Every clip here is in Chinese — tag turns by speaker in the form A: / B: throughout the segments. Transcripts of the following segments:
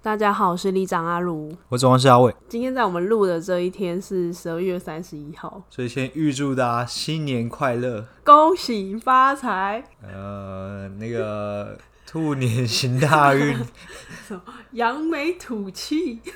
A: 大家好，我是里长阿卢。
B: 我总是阿伟，
A: 今天在我们录的这一天是十二月三十一号，
B: 所以先预祝大家新年快乐。
A: 恭喜发财，
B: 呃，那个兔年行大运，
A: 扬眉吐气。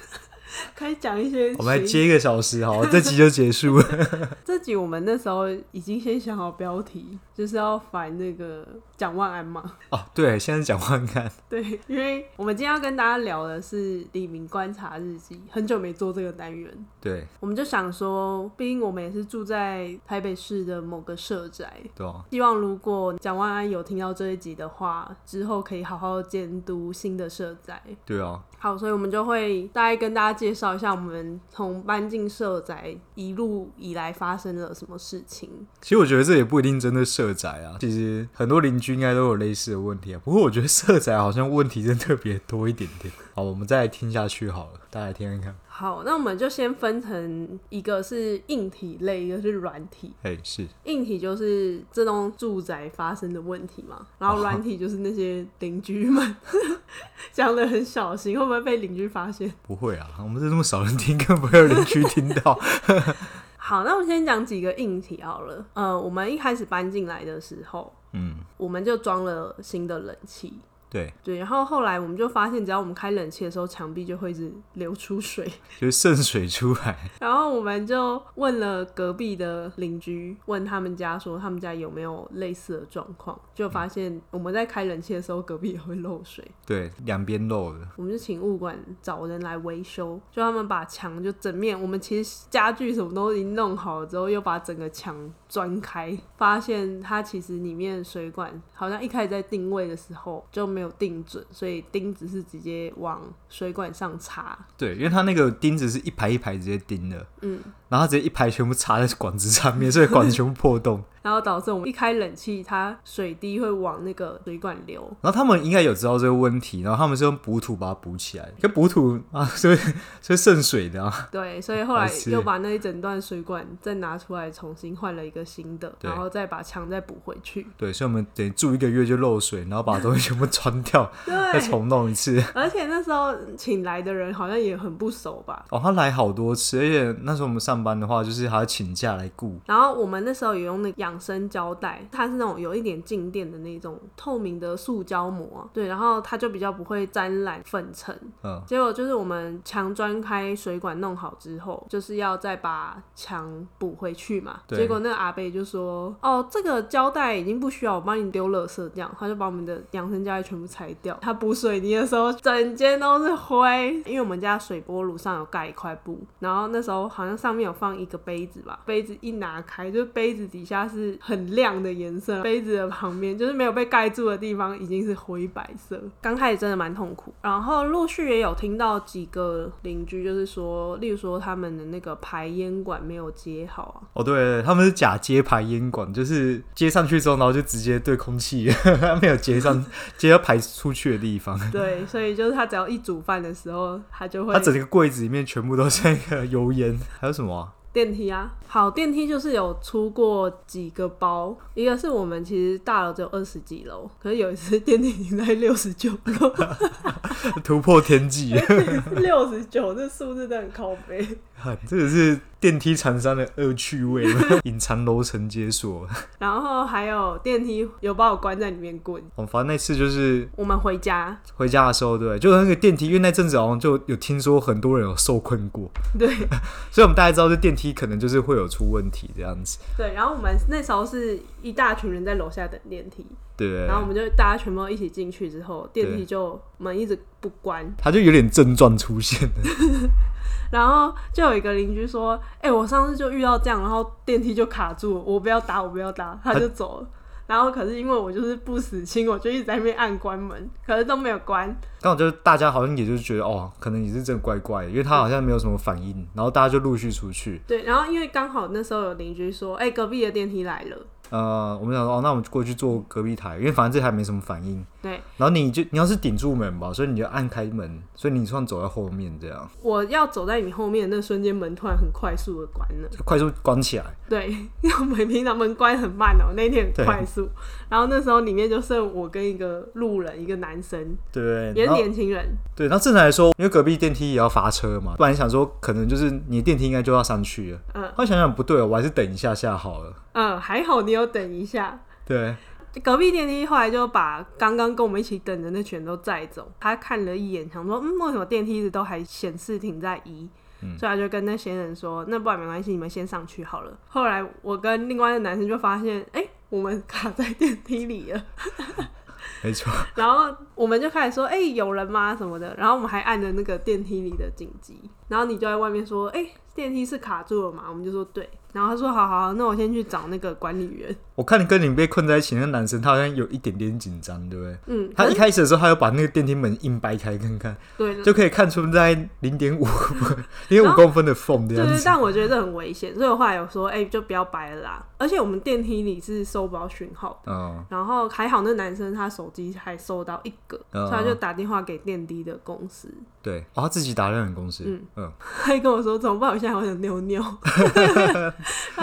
A: 开始讲一些，
B: 我们还接一个小时，好，这集就结束 了。
A: 这集我们那时候已经先想好标题，就是要反那个蒋万安嘛。
B: 哦，对，现在讲看看，
A: 对，因为我们今天要跟大家聊的是李明观察日记，很久没做这个单元，
B: 对，
A: 我们就想说，毕竟我们也是住在台北市的某个社宅。
B: 对啊，
A: 希望如果蒋万安有听到这一集的话，之后可以好好监督新的社宅。
B: 对啊，
A: 好，所以我们就会大概跟大家介绍一下我们从搬进社宅一路以来发生了什么事情。
B: 其实我觉得这也不一定针对社宅啊，其实很多邻居应该都有类似的问题啊。不过我觉得社宅好像问题真的特别多一点点。好，我们再来听下去好了，大家来听听看。
A: 好，那我们就先分成一个是硬体类，一个是软体。
B: 哎，是
A: 硬体就是这栋住宅发生的问题嘛，然后软体就是那些邻居们 讲的很小心，会不会被邻居发现？
B: 不会啊？我们这么少人听，更不会有邻居听到。
A: 好，那我们先讲几个硬体好了。呃，我们一开始搬进来的时候，
B: 嗯，
A: 我们就装了新的冷气，
B: 对，
A: 对，然后后来我们就发现，只要我们开冷气的时候，墙壁就会一直流出水。
B: 就是渗水出来，
A: 然后我们就问了隔壁的邻居，问他们家说他们家有没有类似的状况，就发现我们在开冷气的时候，隔壁也会漏水。
B: 对，两边漏的。
A: 我们就请物管找人来维修，就他们把墙就整面，我们其实家具什么都已经弄好了之后，又把整个墙钻开，发现它其实里面水管好像一开始在定位的时候就没有定准，所以钉子是直接往水管上插。
B: 对，因为它那个钉子是一排一排直接钉的，嗯，然后它直接一排全部插在管子上面，所以管子全部破洞。
A: 然后导致我们一开冷气，它水滴会往那个水管 流。
B: 然后他们应该有知道这个问题，然后他们是用补土把它补起来，可补土啊，所以所以渗水的啊，
A: 对，所以后来
B: 白痴
A: 又把那一整段水管再拿出来，重新换了一个新的，
B: 对
A: 然后再把墙再补回 去。
B: 对，所以我们等于住一个月就漏水，然后把东西全部穿掉，再重弄一次。
A: 而且那时候请来的人好像也很不熟吧。
B: 哦，他来好多次，而且那时候我们上班的话，就是还要请假来顾，
A: 然后我们那时候也用那个养生胶带，它是那种有一点静电的那种透明的塑胶膜，对，然后它就比较不会沾染粉尘。
B: 嗯，
A: 结果就是我们墙钻开水管弄好之后，就是要再把墙补回去嘛。
B: 对
A: 结果那个阿贝就说：“哦，这个胶带已经不需要，我帮你丢垃圾。”这样，他就把我们的养生胶带全部拆掉。他补水泥的时候，整间都是灰，因为我们家水波炉上有盖一块布，然后那时候好像上面有放一个杯子吧，杯子一拿开，就杯子底下是很亮的颜色，杯子的旁边就是没有被盖住的地方已经是灰白色。刚开始真的蛮痛苦，然后陆续也有听到几个邻居就是说，例如说他们的那个排烟管没有接好啊，
B: 哦，对，他们是假接排烟管，就是接上去之后，然后就直接对空气， 没有接上，接到排出去的地方。
A: 对，所以就是他只要一煮饭的时候，他就会
B: 它整个柜子里面全部都是那个油烟，还有什么啊、
A: 电梯啊，好，电梯就是有出过几个包，一个是我们其实大楼只有二十几楼，可是有一次电梯停在六十九楼，
B: 突破天际，
A: 六十九这数字真的很靠背。
B: 哎这个是电梯厂商的恶趣味， 隐藏楼层解锁。
A: 然后还有电梯有把我关在里面滚。
B: 我、哦反正那次就是
A: 我们回家，
B: 回家的时候，对，就那个电梯，因为那阵子好像就有听说很多人有受困过，
A: 对
B: 所以我们大概知道这电梯可能就是会有出问题这样子，
A: 对，然后我们那时候是一大群人在楼下等电梯，
B: 对不对
A: 然后我们就大家全部一起进去之后，电梯
B: 对
A: 就门一直不关，
B: 他就有点症状出现了，
A: 然后就有一个邻居说：“ 哎、我上次就遇到这样，然后电梯就卡住，我不要搭，我不要搭。”他就走了。然后可是因为我就是不死心，我就一直在那边按关门，可是都没有关。
B: 但我觉得大家好像也就是觉得哦，可能也是真的怪怪的，因为他好像没有什么反应，然后大家就陆续出去。
A: 对，然后因为刚好那时候有邻居说，哎、隔壁的电梯来了。
B: 呃，我们想说哦，那我们过去坐隔壁台，因为反正这台没什么反应。
A: 对
B: 然后你就你要是顶住门吧，所以你就按开门，所以你算走在后面这样，
A: 我要走在你后面的那瞬间，门突然很快速的关了。
B: 就快速关起来。
A: 对， 因为我们平常门关很慢哦、那一天很
B: 对
A: 快速。然后那时候里面就剩我跟一个路人，一个男生，
B: 对不对？
A: 也
B: 然
A: 是
B: 后
A: 年轻人。
B: 对，那正常来说，因为隔壁电梯也要罚车嘛，不然想说可能就是你的电梯应该就要上去了。
A: 嗯
B: 后来想想不对哦，我还是等一下下好了。
A: 嗯，还好你有等一下。
B: 对，
A: 隔壁电梯后来就把刚刚跟我们一起等的那群都载走。他看了一眼，想说，嗯，为什么电梯一直都还显示停在一、所以他就跟那些人说，那不然没关系，你们先上去好了。后来我跟另外的男生就发现，哎、我们卡在电梯里了。
B: 没错，
A: 然后我们就开始说，哎、有人吗？什么的。然后我们还按了那个电梯里的紧急。然后你就在外面说，哎、电梯是卡住了嘛？我们就说对。然后他说，好好，好那我先去找那个管理员。
B: 我看你跟你被困在一起那个男生，他好像有一点点紧张，对不对？
A: 嗯，
B: 他
A: 可
B: 一
A: 是
B: 开始的时候，他有把那个电梯门硬掰开看看，
A: 对，
B: 就可以看出在零点五零点
A: 然
B: 五
A: 后
B: 公分的缝的
A: 哦对
B: 样
A: 对，
B: 子。
A: 但我觉得这很危险，所以我后来有说，哎、就不要掰了啦。而且我们电梯里是收不到讯号的，
B: 嗯，
A: 然后还好那男生他手机还收到一个，
B: 嗯
A: 所以他就打电话给电梯的公司，
B: 对，哦，他自己打量很公司，
A: 嗯
B: 嗯，
A: 他还跟我说怎么办，我现在好想尿 尿。然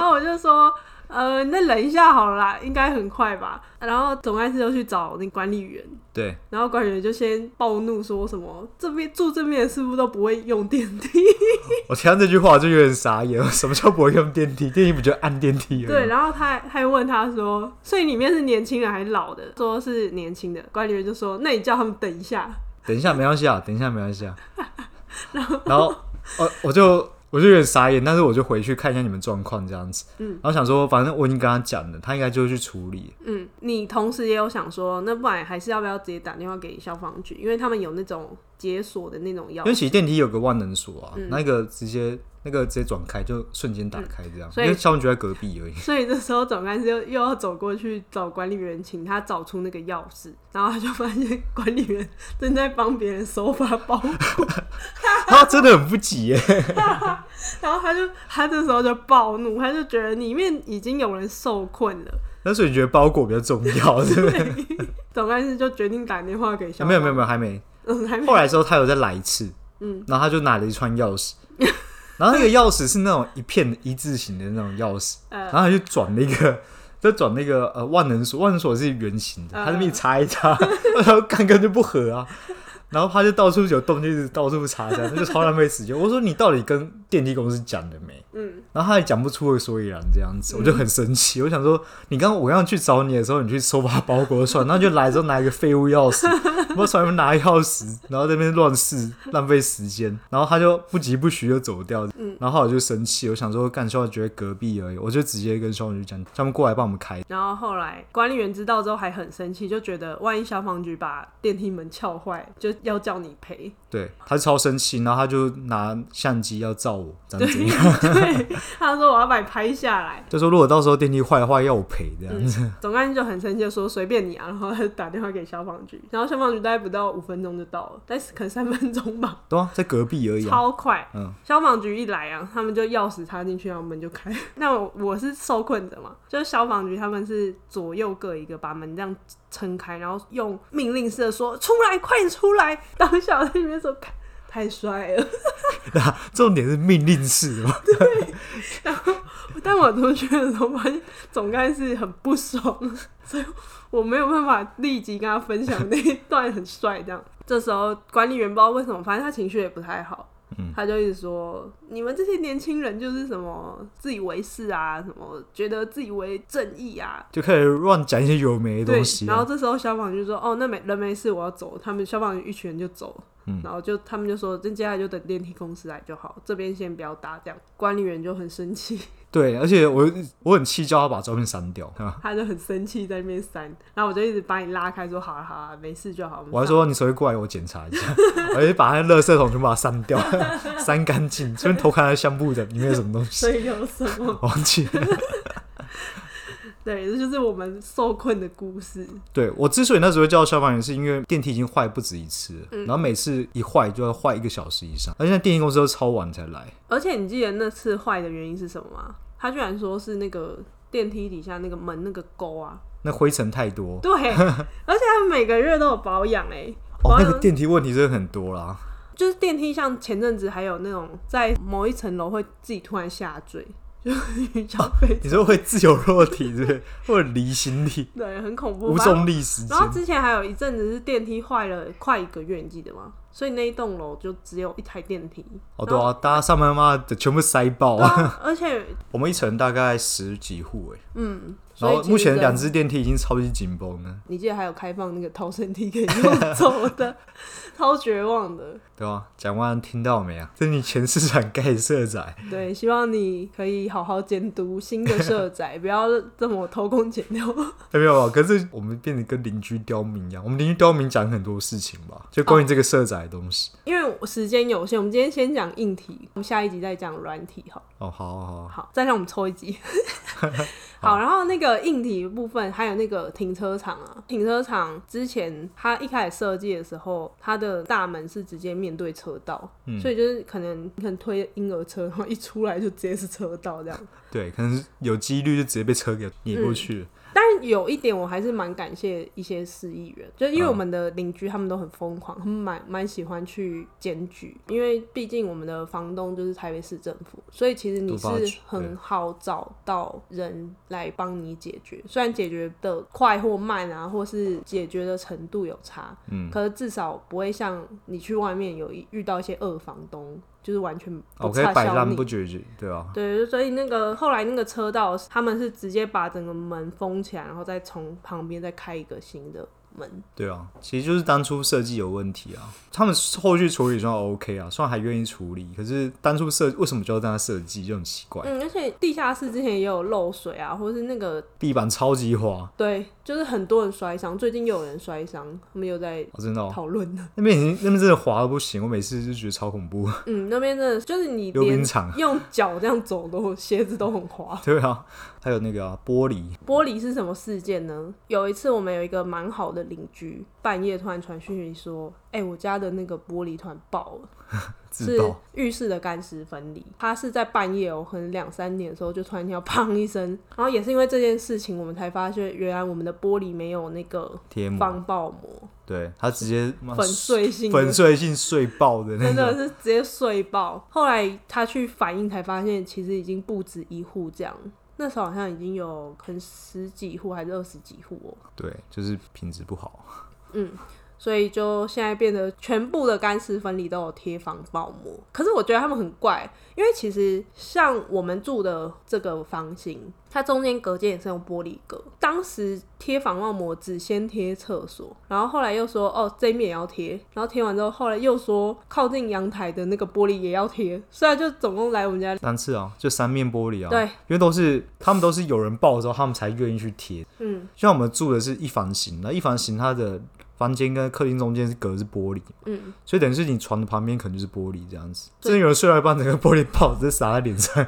A: 后我就说。呃，那忍一下好了啦，应该很快吧。然后总干事就去找那管理员，
B: 对，
A: 然后管理员就先暴怒说什么这边住这边的师傅都不会用电梯，
B: 我听到这句话我就有点傻眼， 什么叫不会用电梯？电梯不就按电梯而
A: 对，
B: 已吗？
A: 然后他还还问他说，所以里面是年轻人还是老的？说是年轻的，管理员就说，那你叫他们等一下。
B: 等一下，没关系啊，等一下，没 关系啊。然后，我我就我就有点傻眼，但是我就回去看一下你们状况这样子，
A: 嗯，
B: 然后想说，反正我已经跟他讲了，他应该就会去处理。
A: 嗯，你同时也有想说，那不然还是要不要直接打电话给消防局？因为他们有那种解锁的那种钥
B: 因为
A: 匙，
B: 其实电梯有个万能锁啊，
A: 嗯
B: 那个直接那个直接转开就瞬间打开这样，
A: 所以
B: 因为消防局在隔壁而已。
A: 所以这时候总干事又又要走过去找管理员，请他找出那个钥匙，然后他就发现管理员正在帮别人手法包裹，
B: 他啊真的很不急耶，
A: 然后他就 他这时候就暴怒，他就觉得里面已经有人受困了。
B: 那所以你觉得包裹比较重要，对不对？
A: 总干事就决定打电话给消防
B: 啊没有没有没有，还没。
A: 嗯，还没
B: 后来之后他有再来一次，
A: 嗯，
B: 然后他就拿了一串钥匙，然后那个钥匙是那种一片一字形的那种 钥匙，
A: 呃
B: 然后他就转那个。就转那个呃万能锁，万能锁是圆形的，
A: 嗯
B: 他这边一插一插，然后干根就不合啊。然后他就到处有洞，就一直到处插这样，那就超浪费时间。我说你到底跟电梯公司讲了没？
A: 嗯，
B: 然后他也讲不出个所以然，这样子，我就很生气。我想说，你刚刚我刚去找你的时候，你去收把包裹就算，然后就来之后拿一个废物钥匙，我手边拿钥匙，然后在那边乱试，浪费时间。然后他就不疾不徐就走掉，
A: 嗯
B: 然后我就生气，我想说干消防局在隔壁而已，我就直接跟消防局讲，叫他们过来帮我们开。
A: 然后后来管理员知道之后还很生气，就觉得万一消防局把电梯门撬坏，就要叫你赔。
B: 对，他超生气，然后他就拿相机要照我，这
A: 对
B: 样子。
A: 对，他说我要把你拍下来。
B: 就说如果到时候电梯坏的话，要我赔这样子。
A: 总干事就很生气，就说随便你啊，然后他就打电话给消防局，然后消防局大概不到五分钟就到了，但是可能三分钟吧，
B: 对啊，在隔壁而已、啊。
A: 超快。
B: 嗯，
A: 消防局一来啊，他们就钥匙插进去，然后门就开。 那我我是受困者嘛，就是消防局他们是左右各一个把门这样撑开，然后用命令式的说出来，快点出来。当下我在里面说，看太帅了，
B: 重点是命令式嘛。
A: 但我出去的时候发现总干事很不爽， 所以我没有办法立即跟他分享那一段很帅这样。这时候管理员不知道为什么，反正他情绪也不太好，
B: 嗯
A: 他就一直说你们这些年轻人就是什么自以为是啊，什么觉得自以为正义啊。
B: 就开始乱讲一些有没的
A: 对
B: 东，西、
A: 然后
B: 啊。
A: 这时候消防局就说：“哦，那没人没事，我要走。”他们消防局一群人就走了，
B: 嗯
A: 然后就他们就说：“那接下来就等电梯公司来就好，这边先不要搭。”这样管理员就很生气，
B: 对，而且我我很气，叫他把照片删掉。啊
A: 他就很生气在那边删，然后我就一直把你拉开，说好了好了，没事就好。们
B: 我还说你手机过来，我检查一下， 我就把他垃圾桶全部把它删掉， 删干净。顺 便偷看他的相簿的里面有什么东
A: 上，所
B: 西，
A: 以有什么？
B: 我忘记了。
A: 对，这就是我们受困的故事。
B: 对我之所以那时候叫消防员，是因为电梯已经坏不止一次了，
A: 嗯
B: 然后每次一坏就要坏一个小时以上，而且那电梯公司都超晚才来。
A: 而且你记得那次坏的原因是什么吗？他居然说是那个电梯底下那个门那个沟啊。
B: 那灰尘太多，
A: 对，而且他们每个月都有保养哎、
B: 哦，
A: 保
B: 那
A: 养、
B: 个电梯问题真的很多啦。
A: 就是电梯，像前阵子还有那种在某一层楼会自己突然下坠，就是 遇到被
B: 你说会自由落体是不 是？或者离心力、
A: 对，很恐怖。
B: 无重力时间
A: 然？后之前还有一阵子是电梯坏了快一个月，你记得吗？所以那一栋楼就只有一台电梯。
B: 哦，对啊，大家上班妈的全部塞爆
A: 对
B: 啊！
A: 啊， 而且
B: 我们一层大概十几户哎，
A: 嗯，所
B: 然
A: 以
B: 后
A: 其实
B: 目前两只电梯已经超级紧绷了，
A: 你记得还有开放那个逃生梯可以用走 的，超绝望的。
B: 对吧、蒋万安听到没啊？这是你前市场盖社仔，哎
A: 对，希望你可以好好监督新的社 宅，不要这么偷工减料。
B: 哎没有啊？可是我们变得跟邻居刁民一样，我们邻居刁民讲很多事情吧，就关于这个社仔的东西。
A: 因为我时间有限，我们今天先讲硬体，我们下一集再讲软体好了。
B: 哦，好好好，
A: 好，再让我们抽一集。好，然后那个硬体部分，还有那个停车场啊，停车场之前它一开始设计的时候，它的大门是直接面对车道，所以就是可能你可能推婴儿车，然后一出来就直接是车道这样。
B: 对，可能是有几率就直接被车给碾过去了。
A: 但有一点我还是蛮感谢一些市议员，就是因为我们的邻居他们都很疯狂，他们蛮蛮喜欢去检举，因为毕竟我们的房东就是台北市政府，所以其实你是
B: 都发觉对
A: 很好找到人来帮你解决，虽然解决的快或慢啊，或是解决的程度有差，
B: 嗯，
A: 可是至少不会像你去外面有一遇到一些恶房东，就是完全不
B: 我哦可以
A: 差
B: 摆
A: 小
B: 烂
A: 你
B: 不解决，对啊，
A: 对，所以那个后来那个车道，他们是直接把整个门封起来，然后再从旁边再开一个新的门。
B: 对啊，其实就是当初设计有问题啊。他们后续处理算 OK 啊，算还愿意处理。可是当初设为什么就要让他设计，就很奇怪。
A: 嗯，而且地下室之前也有漏水啊，或是那个
B: 地板超级滑，哦
A: 对，就是很多人摔伤，最近又有人摔伤，他们又在
B: 我、真的、哦，
A: 讨论呢。
B: 那边已经那边真的滑的不行，我每次就觉得超恐怖。
A: 嗯，那边真的就是你
B: 溜冰
A: 连
B: 场，
A: 用脚这样走都鞋子都很滑。
B: 对啊，还有那个、啊、玻璃，
A: 玻璃是什么事件呢？有一次，我们有一个蛮好的邻居，半夜突然传讯息说：“哎、我家的那个玻璃突然爆了，
B: 自
A: 是
B: 爆
A: 浴室的干湿分离。”他是在半夜哦，可能两三点的时候就突然听到 砰一声，然后也是因为这件事情，我们才发现原来我们的玻璃没有那个
B: 贴膜，
A: 防爆膜，
B: 对，它直接妈
A: 粉碎性的
B: 粉碎性碎爆的那
A: 真的
B: 种。
A: 是直接碎爆。后来他去反应才发现，其实已经不止一户这样。那时候好像已经有可能十几户还是二十几户哦，
B: 对，就是品质不好。
A: 所以就现在变得全部的干湿分离都有贴防爆膜。可是我觉得他们很怪，因为其实像我们住的这个房型，它中间隔间也是用玻璃隔。当时贴防爆膜只先贴厕所，然后后来又说哦这面也要贴，然后贴完之后，后来又说靠近阳台的那个玻璃也要贴，所以就总共来我们家。
B: 三次啊，就三面玻璃啊。
A: 对
B: 因为都是他们都是有人报之后，他们才愿意去贴。
A: 嗯，
B: 像我们住的是一房型，那一房型它的房间跟客厅中间是隔的是玻璃，
A: 嗯，
B: 所以等于是你床的旁边可能就是玻璃这样子。
A: 对
B: 真的有人睡到一半，整个玻璃爆直接洒在脸上。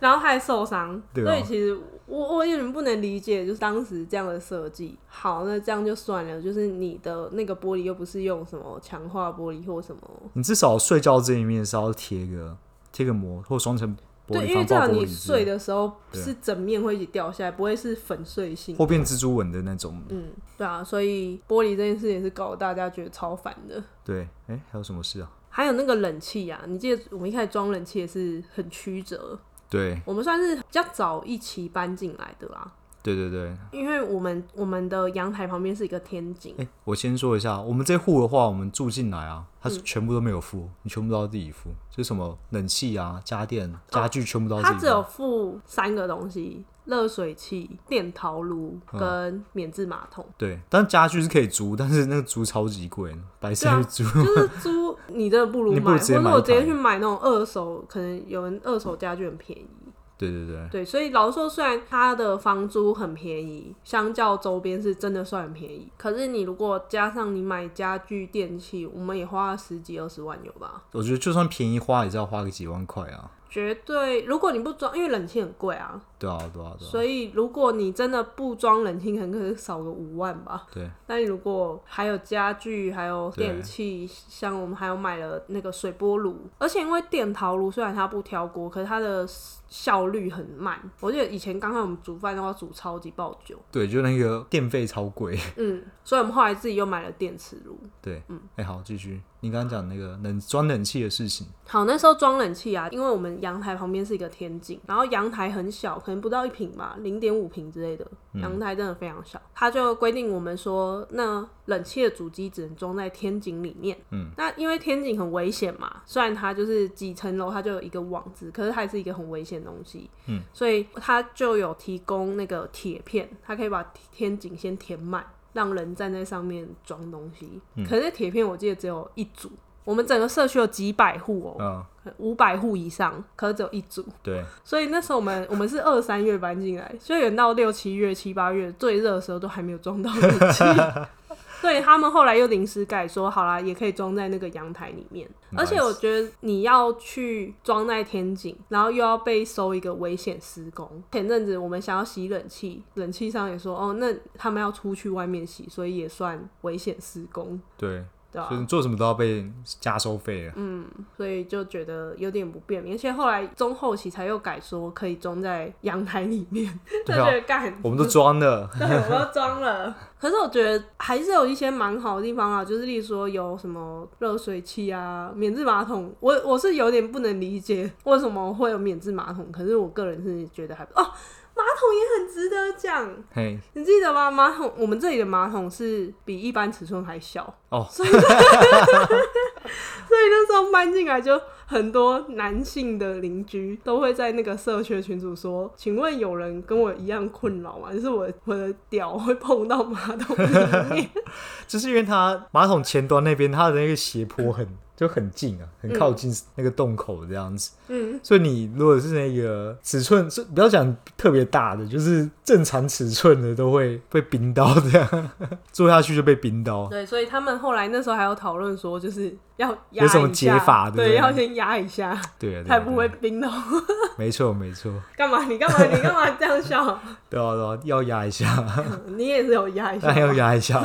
A: 然后还受伤，
B: 对啊
A: 所以其实我我有点不能理解，就是当时这样的设计。好，那这样就算了，就是你的那个玻璃又不是用什么强化玻璃或什么，
B: 你至少睡觉这一面是要贴个贴个膜或双层玻
A: 对，
B: 璃
A: 因为
B: 防
A: 这
B: 爆
A: 样
B: 玻
A: 你
B: 璃之
A: 睡
B: 类的，
A: 的时候
B: 对啊
A: 是整面会一起掉下来，不会是粉碎性
B: 或。变蜘蛛纹的那种。
A: 嗯，对啊，所以玻璃这件事也是搞得大家觉得超烦的。
B: 对，哎、还有什么事啊？
A: 还有那个冷气啊，你记得我们一开始装冷气也是很曲折，
B: 对
A: 我们算是比较早一起搬进来的啦，
B: 对对对，
A: 因为我们我们的阳台旁边是一个天井，
B: 哎、我先说一下，我们这户的话，我们住进来啊，
A: 嗯
B: 它是全部都没有付，你全部都要自己付，就是什么冷气啊、家电、家具，全部都要自
A: 哦它
B: 己
A: 只
B: 付。
A: 有附三个东西：热水器、电陶炉
B: 嗯
A: 跟免治马桶。
B: 对，但家具是可以租， 但是那个租超级贵，白
A: 啊
B: 色去租。
A: 就是租，你真的不如
B: 你
A: 买，
B: 不如
A: 或
B: 直接
A: 者
B: 买
A: 我
B: 一
A: 直接
B: 台
A: 去买那种二手，可能有人二手家具很便宜。
B: 对对对，
A: 对，所以老实说，虽然它的房租很便宜，相较周边是真的算很便宜，可是你如果加上你买家具电器，我们也花了十几二十万有吧？
B: 我觉得就算便宜花，也是要花个几万块啊。
A: 绝对，如果你不装，因为冷气很贵啊，
B: 对啊，对啊，对啊，
A: 所以如果你真的不装冷气，可能可能少个五万吧。
B: 对，
A: 但如果还有家具，还有
B: 对
A: 电器，像我们还有买了那个水波炉，而且因为电陶炉虽然它不挑锅，可是它的效率很慢。我记得以前刚开始我们煮饭的话，煮超级爆久，
B: 对，就那个电费超贵。
A: 嗯，所以我们后来自己又买了电磁炉。
B: 对，嗯，哎、好，继续。你刚刚讲那个冷装冷气的事情，
A: 好，那时候装冷气啊，因为我们阳台旁边是一个天井，然后阳台很小，可能不到一平吧，零点五平之类的，阳台真的非常小。他就规定我们说，那冷气的主机只能装在天井里面。嗯，那因为天井很危险嘛，虽然它就是几层楼它就有一个网子，可是它也是一个很危险的东西。嗯，所以它就有提供那个铁片，它可以把天井先填满。让人站在上面装东西，可是铁片我记得只有一组，我们整个社区有几百户哦、
B: 嗯，
A: 五百户以上，可是只有一组，
B: 对，
A: 所以那时候我们我们是二三月搬进来，所以远到六七月、七八月最热的时候都还没有装到冷气，所以他们后来又临时改说，好啦，也可以装在那个阳台里面。
B: Nice
A: 而且我觉得你要去装在天井，然后又要被收一个危险施工。前阵子我们想要洗冷气，冷气商也说，哦，那他们要出去外面洗，所以也算危险施工，
B: 对，
A: 对吧、啊嗯
B: 所以你做什么都要被加收费啊。
A: 所以就觉得有点不便民，而且后来中后期才又改说可以装在阳台里面，就
B: 对
A: 觉
B: 啊
A: 得干，
B: 我们都装了，
A: 对，我都装了。可是我觉得还是有一些蛮好的地方啊，就是例如说有什么热水器啊、免治马桶，我我是有点不能理解为什么会有免治马桶，可是我个人是觉得还不哦，马桶也很值得讲，
B: 嘿，
A: 你记得吗？马桶我们这里的马桶是比一般尺寸还小。
B: 哦，
A: 所以那时候搬进来，就很多男性的邻居都会在那个社区的群组说：“请问有人跟我一样困扰吗？就是我我的屌会碰到马桶 里面。
B: 就是因为它马桶前端那边它的那个斜坡很就很近啊，很靠近那个洞口这样子，”
A: 嗯，
B: 所以你如果是那个尺寸，是不要讲特别大的，就是正常尺寸的都会被冰刀这样，坐下去就被冰刀。
A: 对，所以他们后来那时候还有讨论说，就是要压
B: 有什么
A: 一下
B: 解法对
A: 对，
B: 不对
A: 要先压一下，
B: 对啊，对啊
A: 才不会
B: 对啊
A: 冰到。
B: 没错没错，
A: 干嘛？你干嘛？你干嘛这样笑？
B: 对啊对啊，要压一下，
A: 你也是有 压一下
B: 那
A: 吧，
B: 要压 一下。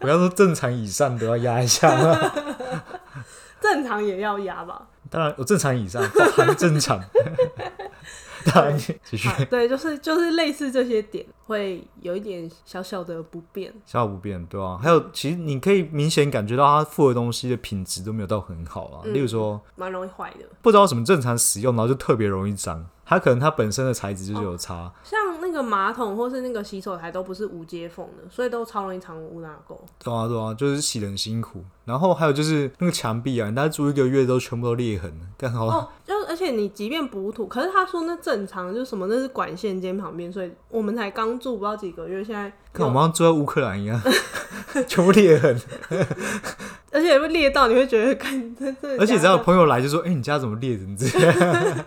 B: 我要说正常以上都要压一下，
A: 正常也要压吧。
B: 当然我正常以上包含 正常。当然继续
A: 啊、对，就是就是类似这些点，会有一点小小的不便。
B: 下午不变，对啊？还有，其实你可以明显感觉到它附的东西的品质都没有到很好啊。
A: 嗯
B: 例如说，
A: 蛮容易坏的。
B: 不知道什么正常使用，然后就特别容易脏。它可能它本身的材质就是有差，
A: 像那个马桶或是那个洗手台都不是无接缝的，所以都超容易藏污纳垢。
B: 对啊对啊，就是洗得很辛苦。然后还有就是那个墙壁啊，人家住一个月都全部都裂痕了，刚好、
A: 哦，就而且你即便补土，可是他说那正常就是什么，那是管线间旁边，所以我们才刚住不到几个月，现在
B: 跟我们好像住在乌克兰 一样，全部裂痕。
A: 而且会裂到你会觉得，看这 这，
B: 而且只要有朋友来就说：“哎、你家怎么裂成这样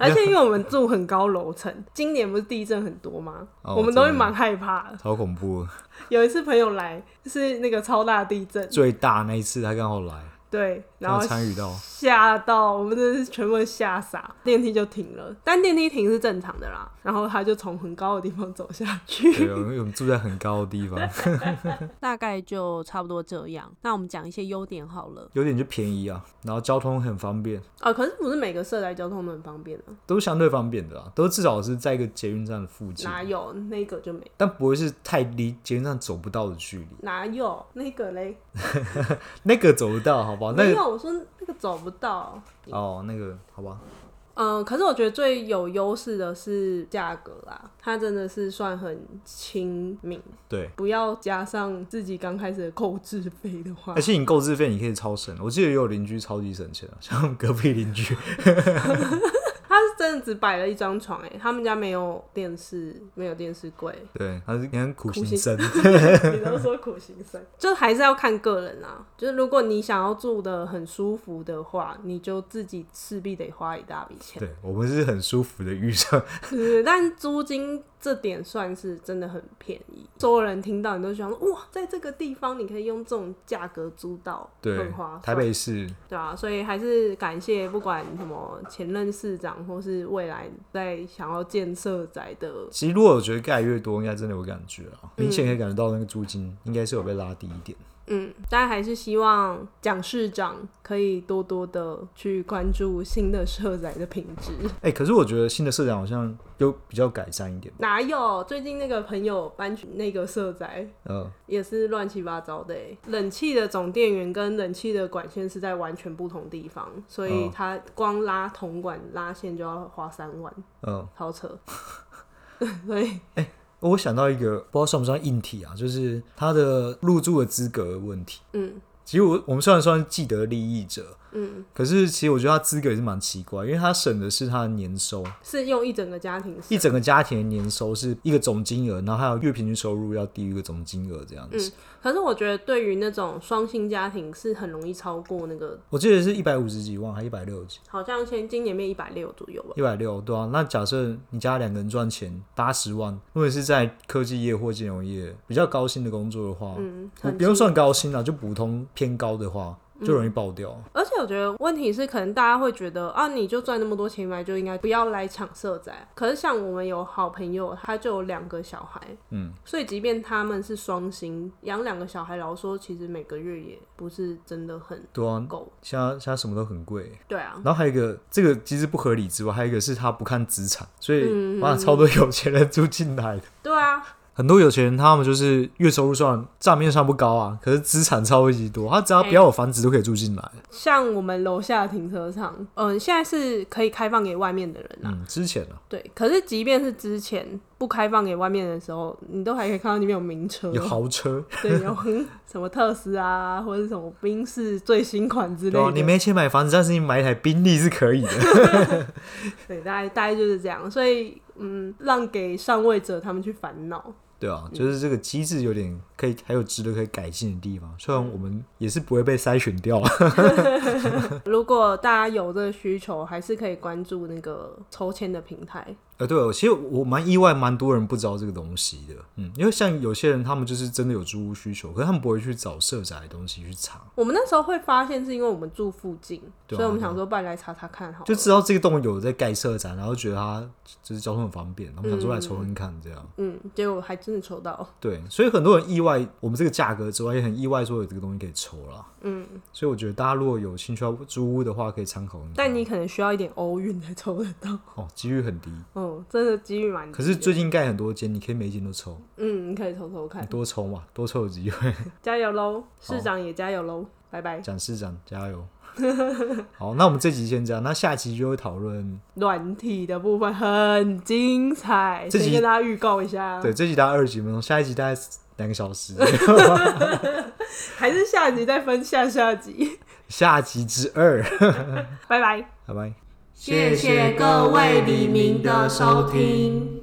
A: 而 且因为我们住很高楼层，今年不是地震很多吗？
B: 哦
A: 我们都会
B: 真的。
A: 蛮害怕的？”
B: 超恐怖的！
A: 有一次朋友来，是那个超大地震，
B: 最大那一次他刚好来，
A: 对，然
B: 刚
A: 后
B: 好参与到。
A: 吓到，我们真的是全部吓傻，电梯就停了，但电梯停是正常的啦。然后他就从很高的地方走下去，
B: 对，我们我们住在很高的地方，
A: 大概就差不多这样。那我们讲一些优点好了。
B: 有点就便宜啊，然后交通很方便，
A: 啊、可是不是每个社宅交通都很方便的、啊
B: 都是相对方便的啊，都至少是在一个捷运站的附近，
A: 哪有那个就没，
B: 但不会是太离捷运站走不到的距离。
A: 哪有那个嘞？
B: 那个走不到，好不好？哦那
A: 没
B: 个
A: 有，我说那个走不到。
B: 哦，那个好吧，
A: 嗯，可是我觉得最有优势的是价格啦，它真的是算很亲民，
B: 对。
A: 不要加上自己刚开始的购置费的话
B: 而，且你购置 费你可以超省，我记得也有邻居超级省钱啊，像我们隔壁邻居，
A: 他他是真的只摆了一张床、欸，哎，他们家没有电视，没有电视柜，
B: 对，他是你看苦
A: 苦
B: 行
A: 行
B: 僧，
A: 你都说苦行僧，就还是要看个人啊。就是如果你想要住的很舒服的话，你就自己势必得花一大笔钱。
B: 对我们是很舒服的遇上，
A: 是，但租金这点算是真的很便宜。所有人听到你都想说，哇，在这个地方你可以用这种价格租到，
B: 对
A: 很划，
B: 台
A: 算。
B: 北市
A: 对啊，所以还是感谢不管什么前任市长或是未来在想要建设宅的，
B: 其实如果我觉得盖越多，应该真的有感觉啊，明显可以感觉到那个租金应该是有被拉低一点。
A: 嗯，但还是希望蒋市长可以多多的去关注新的社宅的品质。
B: 哎、可是我觉得新的社长好像有比较改善一点，
A: 哪有？最近那个朋友搬去那个社宅，
B: 呃，
A: 也是乱七八糟的欸。冷气的总电源跟冷气的管线是在完全不同地方，所以
B: 哦
A: 它光拉铜管拉线就要花三万，
B: 嗯，
A: 超扯。 所以
B: 哦我想到一个不知道算不算硬体啊，就是他的入住的资格的问题。
A: 嗯
B: 其实我我们虽然算是既得利益者，
A: 嗯，
B: 可是其实我觉得他资格也是蛮奇怪，因为他审的是他的年收，
A: 是用一整个家庭
B: 一整个家庭的年收是一个总金额，然后还有月平均收入要低于一个总金额这样子。
A: 可是我觉得，对于那种双薪家庭是很容易超过那个，
B: 我记得是一百五十几万，还一百六几，
A: 好像先今年变一百六左右吧。
B: 一百六对啊。那假设你家两个人赚钱八十万，如果是在科技业或金融业比较高薪的工作的话，
A: 嗯，
B: 我
A: 很
B: 不用算高薪啦，就普通偏高的话，就容易爆掉。
A: 而且我觉得问题是，可能大家会觉得啊，你就赚那么多钱买，就应该不要来抢社宅。可是像我们有好朋友，他就有两个小孩，
B: 嗯，
A: 所以即便他们是双薪养两个小孩，老实说其实每个月也不是真的很
B: 对啊，
A: 够。
B: 现在现在什么都很贵。
A: 对啊，
B: 然后还有一个，这个其实不合理之外，还有一个是他不看资产，所
A: 嗯
B: 以哇，超多有钱人住进来的。
A: 对啊，
B: 很多有钱人他们就是月收入算账面上不高啊，可是资产超级多，他只要不要有房子都可以住进来。
A: 像我们楼下的停车场，嗯、现在是可以开放给外面的人啦、
B: 嗯，之前啊，
A: 对，可是即便是之前不开放给外面的时候，你都还可以看到里面有名车，
B: 有豪车，
A: 对，有 什么特斯拉啊，或者是什么宾士最新款之类
B: 对
A: 的。
B: 啊，你没钱买房子，但是你买一台宾利是可 以的。
A: 对，大概大概就是这样，所以嗯，让给上位者他们去烦恼。
B: 对啊，就是这个机制有点可以，还有值得可以改进的地方。虽然我们也是不会被筛选掉 啊，
A: 如果大家有这个需求，还是可以关注那个抽签的平台。
B: 呃，对、哦，其实我蛮意外，蛮多人不知道这个东西的。嗯，因为像有些人他们就是真的有租屋需求，可是他们不会去找社宅的东西去查，
A: 我们那时候会发现，是因为我们住附近，
B: 对啊
A: 所以我们想说，不然来查查看好了。
B: 就知道这个栋有在盖社宅，然后觉得它就是交通很方便，他们想说来抽抽看这样。
A: 嗯，结果还真的抽到。
B: 对，所以很多人意外，我们这个价格之外也很意外，说有这个东西可以抽啦。
A: 嗯，
B: 所以我觉得大家如果有兴趣要租屋的话，可以参考看看。
A: 但你可能需要一点欧运才抽得到。
B: 哦，几率很低。
A: 嗯，真的几率蛮低的。
B: 可是最近盖很多间，你可以每一间都抽，
A: 嗯，你可以抽抽看
B: 你，多抽嘛，多抽有机会。
A: 加油喽！市长也加油喽！拜拜。
B: 蒋市长加油！好，那我们这集先这样，那下集就会讨论。
A: 软体的部分很精彩，
B: 这集
A: 先跟大家预告一下。
B: 对，，这集大概二十几分钟，下一集大概两个小时，
A: 还是下集再分下下集。
B: 下集之二，
A: 拜拜。
B: 拜拜。
A: 谢谢各位黎明的收听。